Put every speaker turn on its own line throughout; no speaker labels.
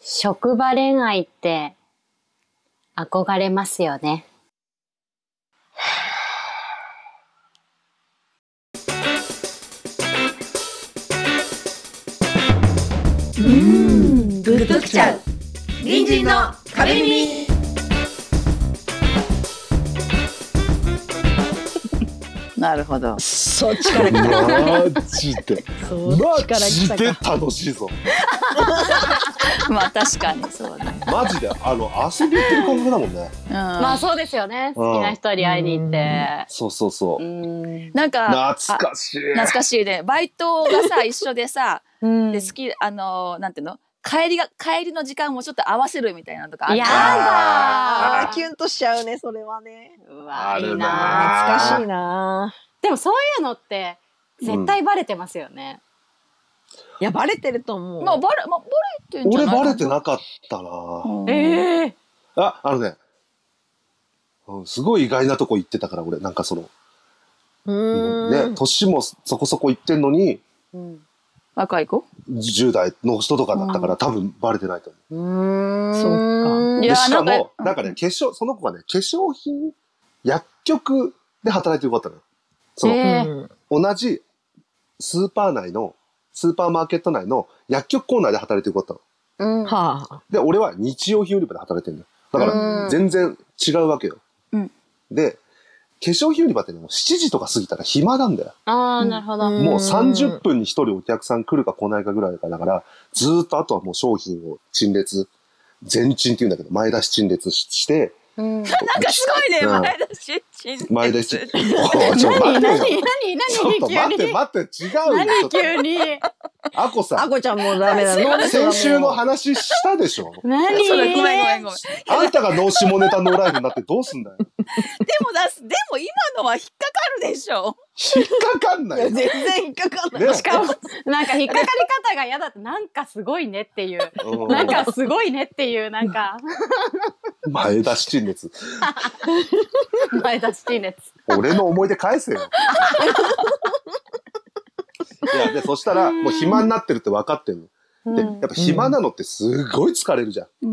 職場恋愛って憧れますよね。
うん
グッときちゃう
隣人の壁耳
なるほど。
そっちから来た
マジで
そっ
マ
ちから来
ジ
た
で
か
楽しいぞ
まあ確かにそうね。
マジであの遊びってる感覚だもんね
うん。
まあそうですよね。好きな人に会いに行って。
そうそうそう
うん。
なんか
懐かしい
懐かしいね。バイトがさ一緒でさ、
うん
で好きあのなんていうの帰りが帰りの時間もちょっと合わせるみたいなのとかあっ
や
た。
だ
あーキュンとしちゃうねそれはね
うわ
あ
い
る
い
な
な
あー
懐かしいな
でもそういうのって絶対バレてますよね。
いやバレてると思う
もうバレもうバレてんじゃ
俺
ない。
バレてなかったな
うん。
ええ
ああのねうんすごい意外なとこ行ってたから俺なんかその、
うーん
ね年もそこそこ行ってんのに
うん
若い子。
10代の人とかだったから、多分バレてないと思
うーん。
そ
う。
い
で
や
しか
なんか
もなんかね化粧その子がね化粧品薬局で働いてよかったのよ。その、
えー
うん
同じスーパー内のスーパーマーケット内の薬局コーナーで働いてよかったの。
うん。
はあ
で俺は日用品売り場で働いてるのよ。だから
うん
全然違うわけよ。
うん
で化粧品売り場ってねもう7時とか過ぎたら暇なんだよ。
ああ、なるほど。
うん
もう30分に1人お客さん来るか来ないかぐらいだから、ずーっとあとはもう商品を陳列、前陳って言うんだけど、前出し陳列しして、
うん。
なんかすごいね
うん
前田出身。
前出し、おいちょっと
何何何
待ってよ。ちょっと
何
待っ
急
て
に
待って、違う
何
よ。ちょっ
急に
とあこさ
あ
ん、
こちゃんもうダメだ脳みそがもう
先週の話したでしょ。
何
そうだごめんごめんごめん。
あんたが脳下ネタノーライフになってどうすんだよ。
でもだすでも今のは引っかかるでしょ。
引っかかんないい
や
よ。
全然引っかかんない
ね
しかもなんか引っかかり方が嫌だってなんかすごいねっていう
う
なんかすごいねっていうなんか
前出し陳列。
前出しい熱
俺の思い出 返せよ。いや、で、そしたら、もう暇になってるって分かってるの。で、やっぱ暇なのってすごい疲れるじゃん。
う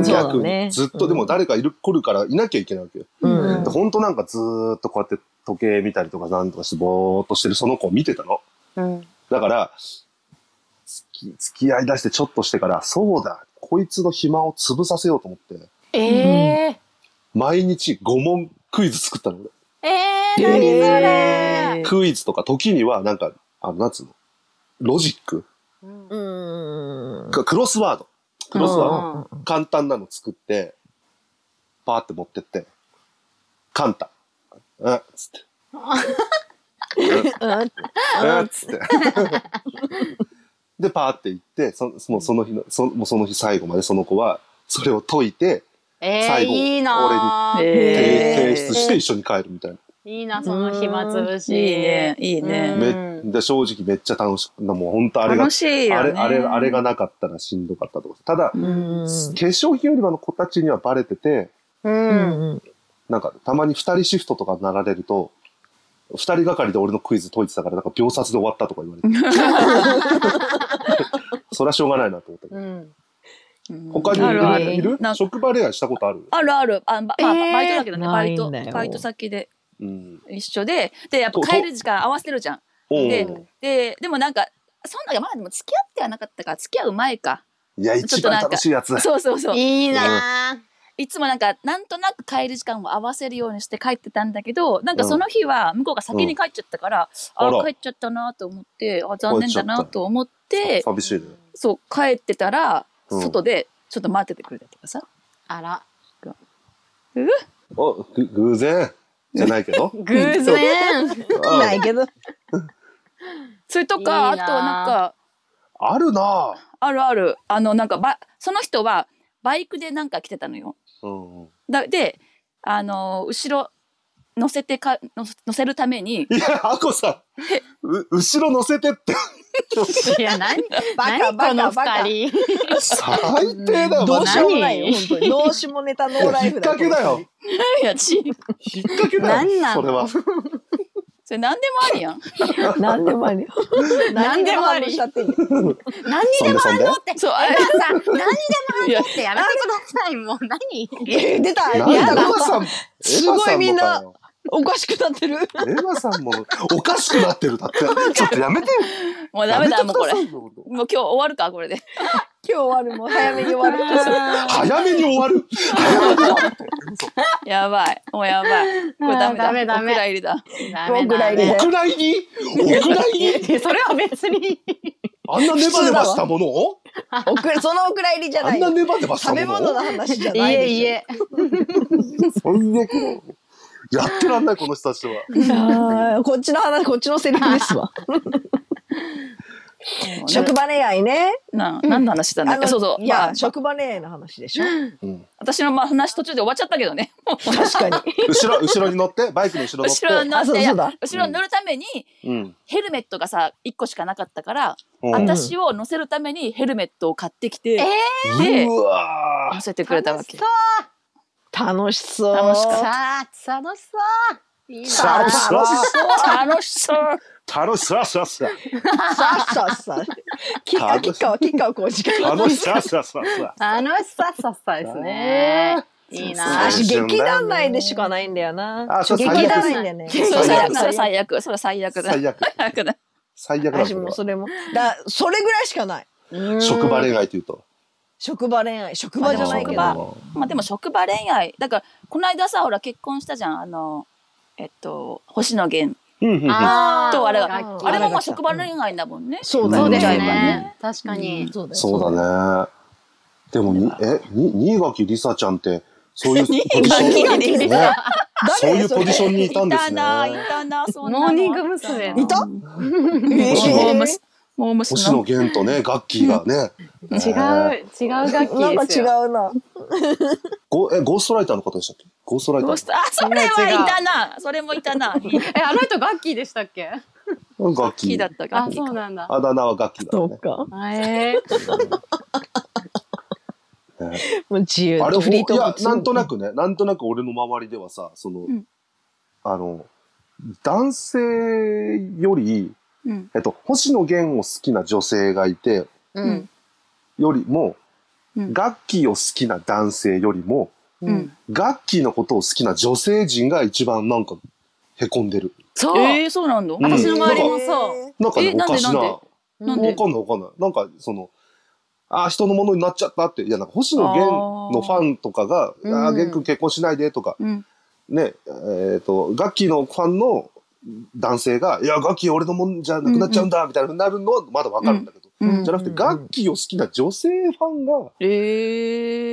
んそうだ
逆に、
ね
ずっとでも誰かいる、来るからいなきゃいけないわけよ。
うん
でほんとなんかずーっとこうやって時計見たりとかなんとかしてぼーっとしてるその子を見てたの。
うん
だから、付き付き合い出してちょっとしてから、そうだ、こいつの暇を潰させようと思って、
え
毎日5問クイズ作ったの俺。
ー、えー、何そ
え
れ、
ー
クイズとか時にはなんか、あの、なんつうのロジック
うん
うーん
かクロスワード。クロスワード。
うん
簡単なの作って、パーって持ってって、カンタ。えっつって。
うん
えっつって。 で、パーって行って、そもうその日のそ、もうその日最後までその子は、それを解いて、
えー、
最後
いいなー、
俺に
提
えー
提出して一緒に帰るみたいな。
いいなその暇つぶし
いいねいい
うん
ね。
めで正直めっちゃ楽しかった。もう本当あれが、
楽しいよ
あ
ね。
れ、あれ、あれがなかったらしんどかったとか。ただ、化
うん
粧品売り場の子たちにはバレてて、
うん
なんか、たまに2人シフトとかなられると、2人がかりで俺のクイズ解いてたから、なんか秒殺で終わったとか言われて。そりゃしょうがないなと思って。
うん
うん
他
あるあ
に
る
いるいる
なんか
職場恋愛したことある
あるあるあば、まあ、
えー
バイトだけどねバイ
な
ト
いんだよ
バイト先で
うん。
一緒ででやっぱ
とと
帰る時間合わせてるじゃん
おう
で
おう
ででもなんかそんなまあでも付き合ってはなかったから付き合う前か
いや、一番楽しいやつだ。
そうそうそう
いいなー
いつもなんかなんとなく帰る時間を合わせるようにして帰ってたんだけどなんかその日は向こうが先に帰っちゃったから、
うんあ
あ
ら
帰っちゃったなと思ってあ残念だなと思って
寂しいね。
そう帰ってたら
うん
外でちょっと待っててくれたとかさ、
あら
お、ぐ偶然じゃないけど。
偶然
うん
ないけど
それとか
いいな
あとはなんか
あるなぁ
あるある。あの、なんか、ば、その人は、バイクでなんか来てたのよ。
うんうん。
だで、あの、後ろ、乗せてか、乗せ乗せるため に、
いや、あこさん、う、後ろ乗せてって。
いや何
バカ
何こ
バ
の
カバカ
二人
最低だよ、
ど
マ
う
ジ
し
で
ようもないよ本当にどうしようもネタノーライ
いや
フ
引っ掛けだよ。
いや、ち、
引っ掛けだよ。
何なの
それは。
そそれ何でもありやん。
何でもあり。
何でもあり
しちゃっていい。
何にでも反応って、
そんでそんでそうあ
エ
れ
ヴァさん、何にでも
いや
反応ってやめてください、もう何
え出た。
なんでエ
や
ヴ
だ
ァさん、エ
す
ヴ
ご
ァ
い
さん
み
も
ん
か
な
よ。
おかしくなってる。
エヴァさんもおかしくなってるだって。ちょっとやめてよ。
もうダメだ、もうこれ。
や
もう
めてくださいよ
今日終わるか、これで。
今日終わるもう早めに終わる。
早めに終わる。早めに終わるって。
やばい。もうやばい。これダメだ。
ダメダメ
お蔵入りだ。
ダ
メだね
屋内に屋内に
それは別に。
あんなネバネバしたものを
おくそのお蔵入りじゃ
あ
なんい
な
よ。
ネバネバした
食
も
べ
のを
物の話じゃ
い
ないで
え
しょ。
いえ。
最悪やってらんないこの人たちは
あーこっちの話、こっちのセリフです わ。職場恋愛ね。
な、何の話したんだっけ、
あの
そうそう。
い
ま
や
あ、、
職場恋愛の話でし ょ。
うん
私のまあ話途中で終わっちゃったけどね。
確かに。
後ろ後ろに乗ってバイクの後ろ乗って
後ろに乗
あ
っ
そう
て、
だ
いや
そうだ
後ろに乗るために、
うん
ヘルメットがさ、1個しかなかったから、
うん
私を乗せるためにヘルメットを買ってきて、
え
で、
うわ
乗せてくれたわけ。
楽しそう。
楽しかっ
さあ、楽しそう。いい
さ
な
あ。さ
楽しそう。
あ楽しさささ
さあさあさ あ。キッカキッカはキッカをこう時間。
楽しささささ
楽しさささですね。いいな
あ
あ。
そうそう
劇団内でしかないんだよな。
あそれ
劇
最
団
悪
内だよね。
それ
最
最
悪
悪、それ最悪、それ最悪だ。
最悪
最悪だ。
最悪なんだ
私
これ
も
は
それも。だそれぐらいしかない。
職場恋愛というと
職場恋愛、職場じゃないけ
あ
ど。
ど
まあでも職場恋愛だからこの間さほら結婚したじゃんあのえっと星野源
うんうんうん
あー
とあれが
ラッキー
あれもまあ職場恋愛だもんね、
そうだ
そ
よ
う
ね
です
じゃあ
ね。確かに。
そうだよ
そうだねでもにえに新垣梨沙ちゃんってそういうポジション
新垣梨沙
ね
誰
そういうポジションにい
い
たんです
た
ね
な、いたな、そんなの
モーニング娘。
いた
も
星
う
野
もう
え
むすもうむす
星野源とね、ガッキーがね。
違う、違う
ね。
楽
ーなん
器
か
です
違
よ。
うな。
ゴえ、ゴーストライターの方でしたっけゴーストライタ
どう
ー
したあ、それはいたな、それもいた な。いい
え、あの人楽器でしたっけ
の。ガッキ
キーだ
ー
っ。たか
あ、。そうなんだ。
あだ名はガッキーだ
そ
よ
うか。
えー
ね。
もう自由
あれ、
フリー
ほ
ト
い
ー
や
ク、
なんとなくね、なんとなく俺の周りではさ、その
ん、
あの、男性より、
うん。
えっと、星野源を好きな女性がいて、
うん。
よりも、
うん
ガッキーを好きな男性よりも、
うん。
ガッキーのことを好きな女性陣が一番なんか、へこんでる。
そう、
えー、そうなんだ。
うん
私の周りもそう。
う。
なんかね、
え
お
なんで
かし
なんで
な。
なん
わ
で
かんないわかんない。なんかその、ああ、人のものになっちゃったって、いや、なんか星野源のファンとかが、
あー
ああ、
うん
玄君結婚しないでとか、
うん。
ね、えっ、と、ガッキーのファンの男性が、いや、ガッキー俺のもんじゃなくなっちゃうんだ、みたいなふうになるのはまだわかるんだ
う
けど、
ん
じゃなくて、
うん
ガッキーを好きな女性ファンが、
え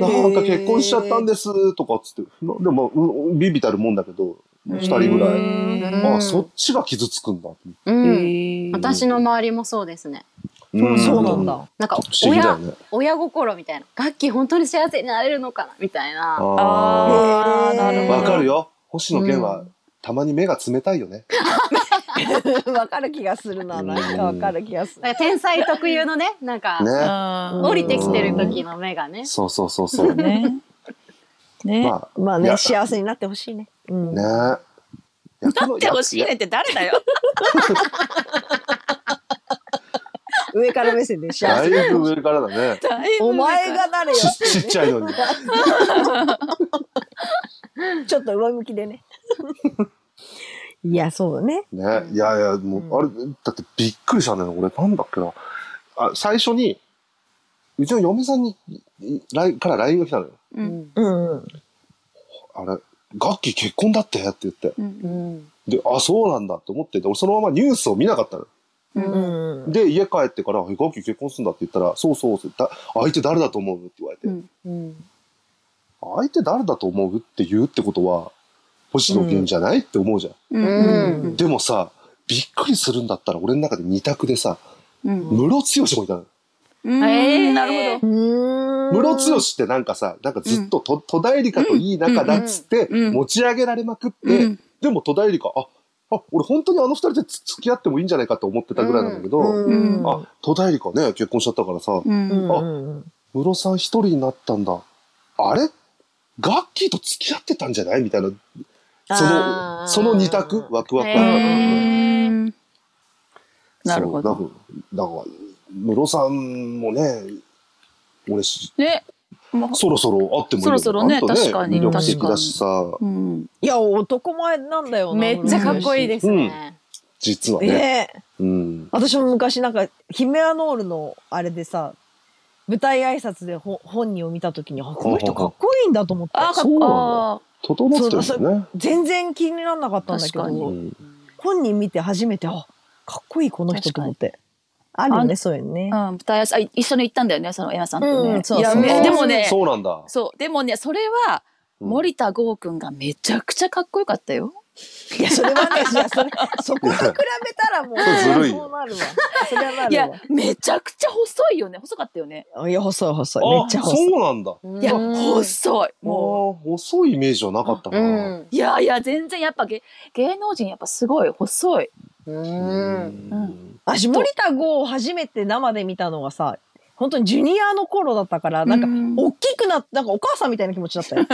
ー。
なんか結婚しちゃったんですとかっつって、なでも、うんビビたるもんだけど、二人ぐらい。
い
うん
ああ、そっちが傷つくんだ。
うん。
うん。
私の周りもそうですね。
うんそうなんだ。。
なんか
不思議だ
親、
よね。
親心みたいな。楽器本当に幸せになれるのかなみたいな。
ああ。
あー
へー
なるほど。
わかるよ。星野源は、
う
たまに目が冷たいよね。
わかる気がするな。なんかわかる気がする。
なんか天才特有のね、なんか、
ね。
あー。
降りてきてる時の目がね。
そうそうそうそう。
ね。ね。
ま
まあ
い
ね、
や
幸せになってほしいね。うん
あ、ね。いやこ
な
の
ってほしいねって誰だ よ。
上から目線で幸
だ
せ
い。ぶ上からだね。
だいぶ
お前がなれよ。
ちちっちゃいのに。
ちょっと上向きでね。いや、そうだね。
ね。いやいや、もう、あれ、だってびっくりしたんだよ。俺、なんだっけな。あ、最初に、うちの嫁さんに、いラインから LINE が来たのよ。
う
うんん。
うんうん。
あれ、ガッキー結婚だってって言って。
うん
うん。
で、あ、そうなんだって思ってて、俺そのままニュースを見なかったの。
う
うんんうん。
で、家帰ってから、えガッキー結婚するんだって言ったら、そうそうそう、だ相手誰だと思うって言われて。
うん。
相手誰だと思うって言うってことは星野源じゃない、って思うじゃん。
うん
うん。
でもさびっくりするんだったら俺の中で二択でさ
うん
ムロツヨシもいたの。
うん
えー
なるほど。
ム
ム
ロツヨシってなんかさなんかずっとと戸田恵梨香といい仲だっつって
うんうん
持ち上げられまくって、
うん
でも戸田恵梨香ああ俺本当にあの二人でつ付き合ってもいいんじゃないかって思ってたぐらいなんだけど、
うん
あ戸田恵梨香ね結婚しちゃったからさ、
うん
あ
うん
ムロさん一人になったんだあれガッキーと付き合ってたんじゃないみたいなそ
あー
の、その二択、ワクワクワクワクワク。
へーなるほど。
そう。だから、だからムロさんもね、俺し、
ね、まあ
そろそろ会ってもいい
そろそろね
あんた
確かに
魅力的だしさ、
うん、
いや、男前なんだよな。
めっちゃかっこいいですね。
実は
え
ね。
え
うん。
私も昔なんか、ヒメアノールのあれでさ、舞台挨拶でほ本人を見たときに、あこの人かっこいいんだと思って。
あーかっ
そうなんだ
あ
整ってるよね。
全然気にならなかったんだけ
確か
う
ど、
ん
本人見て初めて、あ、かっこいいこの人と思って。あるよね、そういうのね
ー。うん、舞台挨拶あい一緒に行ったんだよねそのエマさんとね、
うんそう
いや
そう
めでもねそう
そうなんだ。
でもねそれは
うん
森田剛君がめちゃくちゃかっこよかったよ。
いや、それはね、いや、そ れ、そこと比べたらもう、
それずるいよ
そうなるわ。それはないる
や
わ。
めちゃくちゃ細いよね細かったよね。
いや、細い細い。めっ
あ、
ちゃ細い。
そうなんだ。
うん
いや
うん
細いもう
もう、遅いイメージはなかった
う
な。
ん。
いやいや全然やっぱ芸芸能人やっぱすごい細い。
うん。
私、森田剛を初めて生で見たのがさ、本当にジュニアの頃だったから、なんか、
か
大きくなっなんかお母さんみたいな気持ちだったよ。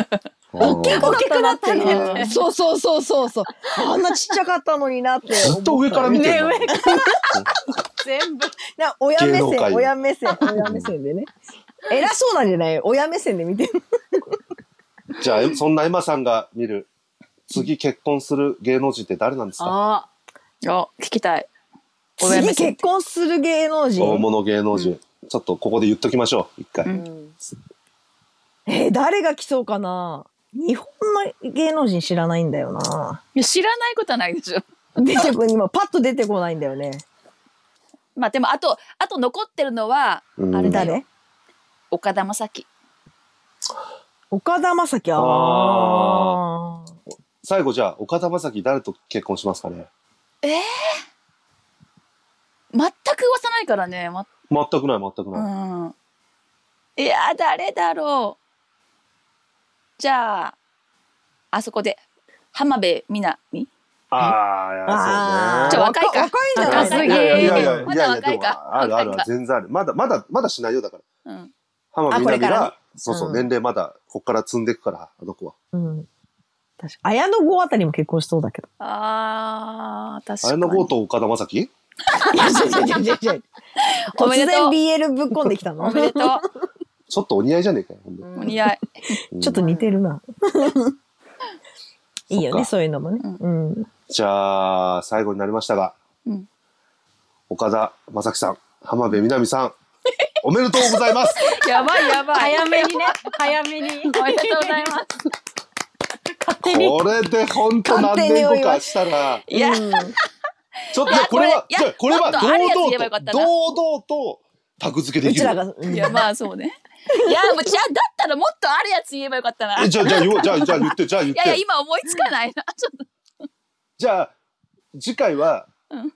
大
結構大きくなって
大きくなった
ね。
ね
そうそうそうそうそう。あんなちっちゃかったのになって思た。
ずっと上から見てるな。
ね上
全部
な親目
芸能界
線、
の
親 目線、親目線でね。 偉そうなんじゃない親目線で見てる。
じゃあ、そんなエマさんが見る、次結婚する芸能人って誰なんですか
あ
あ聞きたい。 親目
次
線
結婚する芸能
大
人。
物芸能人。ちょっとここで言っときましょう、一
う
回。
ー。
ん
うん
えー誰が来そうかな日本の芸能人知らないんだよな。
いや知らないことはないでしょ。
出てこ、今パッと出てこないんだよ ね。
まあでもあとあと残ってるのは
うん
あれだよ
誰
岡田将生。
岡田将生。あ
あ
ー
最後じゃあ、岡田将生誰と結婚しますかね
全く噂ないからね。ま、
全くない、全く
う
ない。
ん。いやー誰だろう。じゃああそこで浜辺美波。
あ
あ
あ、
ー。
ち
そ
ょ
うね。
若いか
若いんじゃない
若い
いやいや
若
いや、
まだ若いか
でもあるあるある
若いか、
全然ある。まだ、まだ、まだしないよ、だから。
うん。
浜辺
あこれ
美波
からね
が、そうそうう、
ん
年齢まだ、こっから積んでいくから、あの子は。
うん。確か綾野剛あたりも結婚しそうだ けど。
ああ確か
あ
に。
れのこと岡田将生
いや、違う違う違う違う。
お
突
めで
然
とう。
BL ぶっこんできたの
お。めでとう。
ちょっとお似合いじゃねえかよ、ほんで
う
お
ん
似合い。
うん
ちょっと似てるな。いいよ
そっ
ね、
か
そういうのもね。うん。
じゃあ、最後になりましたが
うん、
岡田将生さん、浜辺美波 さん、おめでとうございます
やばいやばい。
早めにね、早めに。
おめでとうございます。
勝手に。
これで本当何年後かしたら、
いや、
うん
ちょっと、いやこれは、
いや
じゃあこれ
も
は
っとあるやつ言えばよ
堂
か
々
った
と、
な
堂々と、タグ付けで
う
き
ち
る
ら。が、うん
いやまあそうね。いやもうじゃあだったらもっとあるやつ言えばよかったな。
え
い
じゃあ、じゃあ、言おうじゃあ、じゃあ言って、じゃあ言っ
やいや
て。
今思いつかないな。ちょっと
じゃあ、次回は
うん、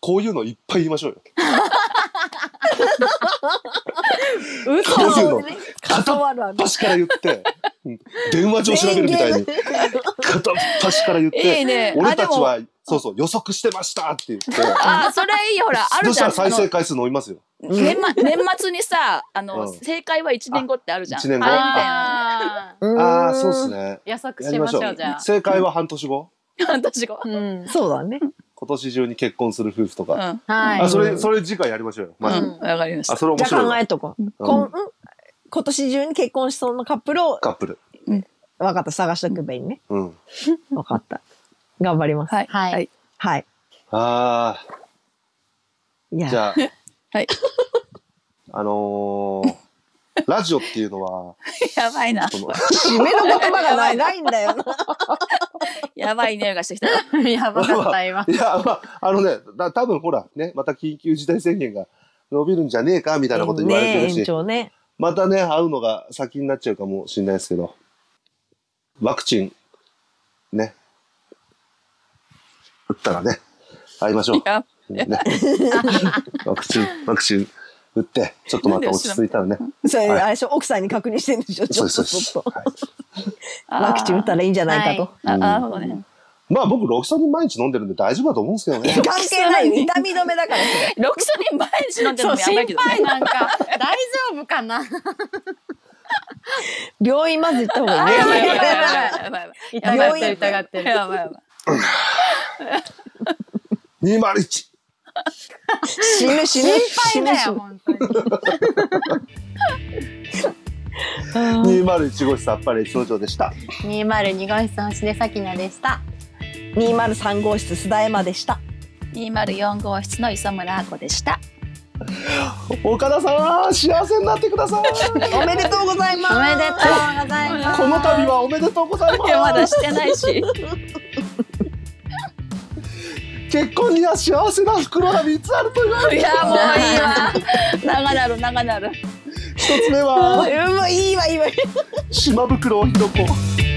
こういうのいっぱい言いましょうよ。こう
嘘
いうの、
関
片っ
わるある。
端から言って、うん電話帳調べるみたいに、片っ端から言っ
いい
て、
ね。
俺
あで
たち
も
は、そうそう、予測してましたって言って、
あそれいいよほらある
そし
じ
た
ゃん。
ら再
あの
生回数伸びますよ。
年末年末にさあの、
うん
正解は1年後ってあるじゃん。
一年後
あれみたいな。
あー
うん
ああ、そうです。ね。
予測
や
し
り
ま
ま
し
しょ
ょう、
う
じゃあ。。
正解は半年後
私が。
うん。
そうだね。
今年中に結婚する夫婦と
うん。
か。
はい。
あ、それ、それ次回やりましょうよ。
う
マジで
ん。わかりまし
あ、
た。
それ面
じゃあ
白い
考
わ
えとこう。
う
こん
ん
ん今年中に結婚しそうなカップルを、
カップル。
わかった、探しとけばいいね。
うん。
わかった。頑張ります。
はい。
はい
はい。
はい。
あ
い
あ、
や
じ、ゃあ、
はい。
あのー、ラジオっていうのは、
やばいな。
その
締めの言葉がないないんだよな。
やばい匂いがしてきた。
やばかった、今。
いや、まあ、あのね、だ多分ほら、ね、また緊急事態宣言が伸びるんじゃねえか、みたいなこと言われてる
ね
し
延、長ね。
またね、会うのが先になっちゃうかもしれないですけど、ワクチン、ね、打ったらね、会いましょう。
や
ね、ワクチン、ワクチン打って、ちょっとまた落ち着いたらね。
それ、
はい
あれでしょ、奥さんに確認してるんでしょ、ち
そ
ょっ
うです、
と
そう
ち
です
ょっと。
はい
ワクチン打ったらいいんじゃないかと。
あーなるほどね。
まあ僕、ロキソニン毎日飲んでるんで大丈夫だと思うんですけどね。
関係ないよ痛み止めだからそれ
ロキソニン毎日飲んでるのもやばいけどね。
なんか、大丈夫かな
病院まず行った方がい
やばい
い
やばい
ね。
やばいやば
疑
い
ってる疑ってる。
やばいやばい
201
死ぬ死ぬ死
心
ぬ
配だ
死
よ
ぬ。
本当に
あー
201号室さっぱり頂上でした
202号室星出咲菜でした。
203号室須田山でした。
204号室の磯村亜子でした
岡田さん幸せになってください
おめでとうございます。
おめでとうございます。
この度はおめでとうございま
いやますだしてないし
結婚には幸せな袋が3つあると言われ
い
る
やもういいわ長なる長なる
1つ 目
う
は
んもういいわいいわ。
島袋を一子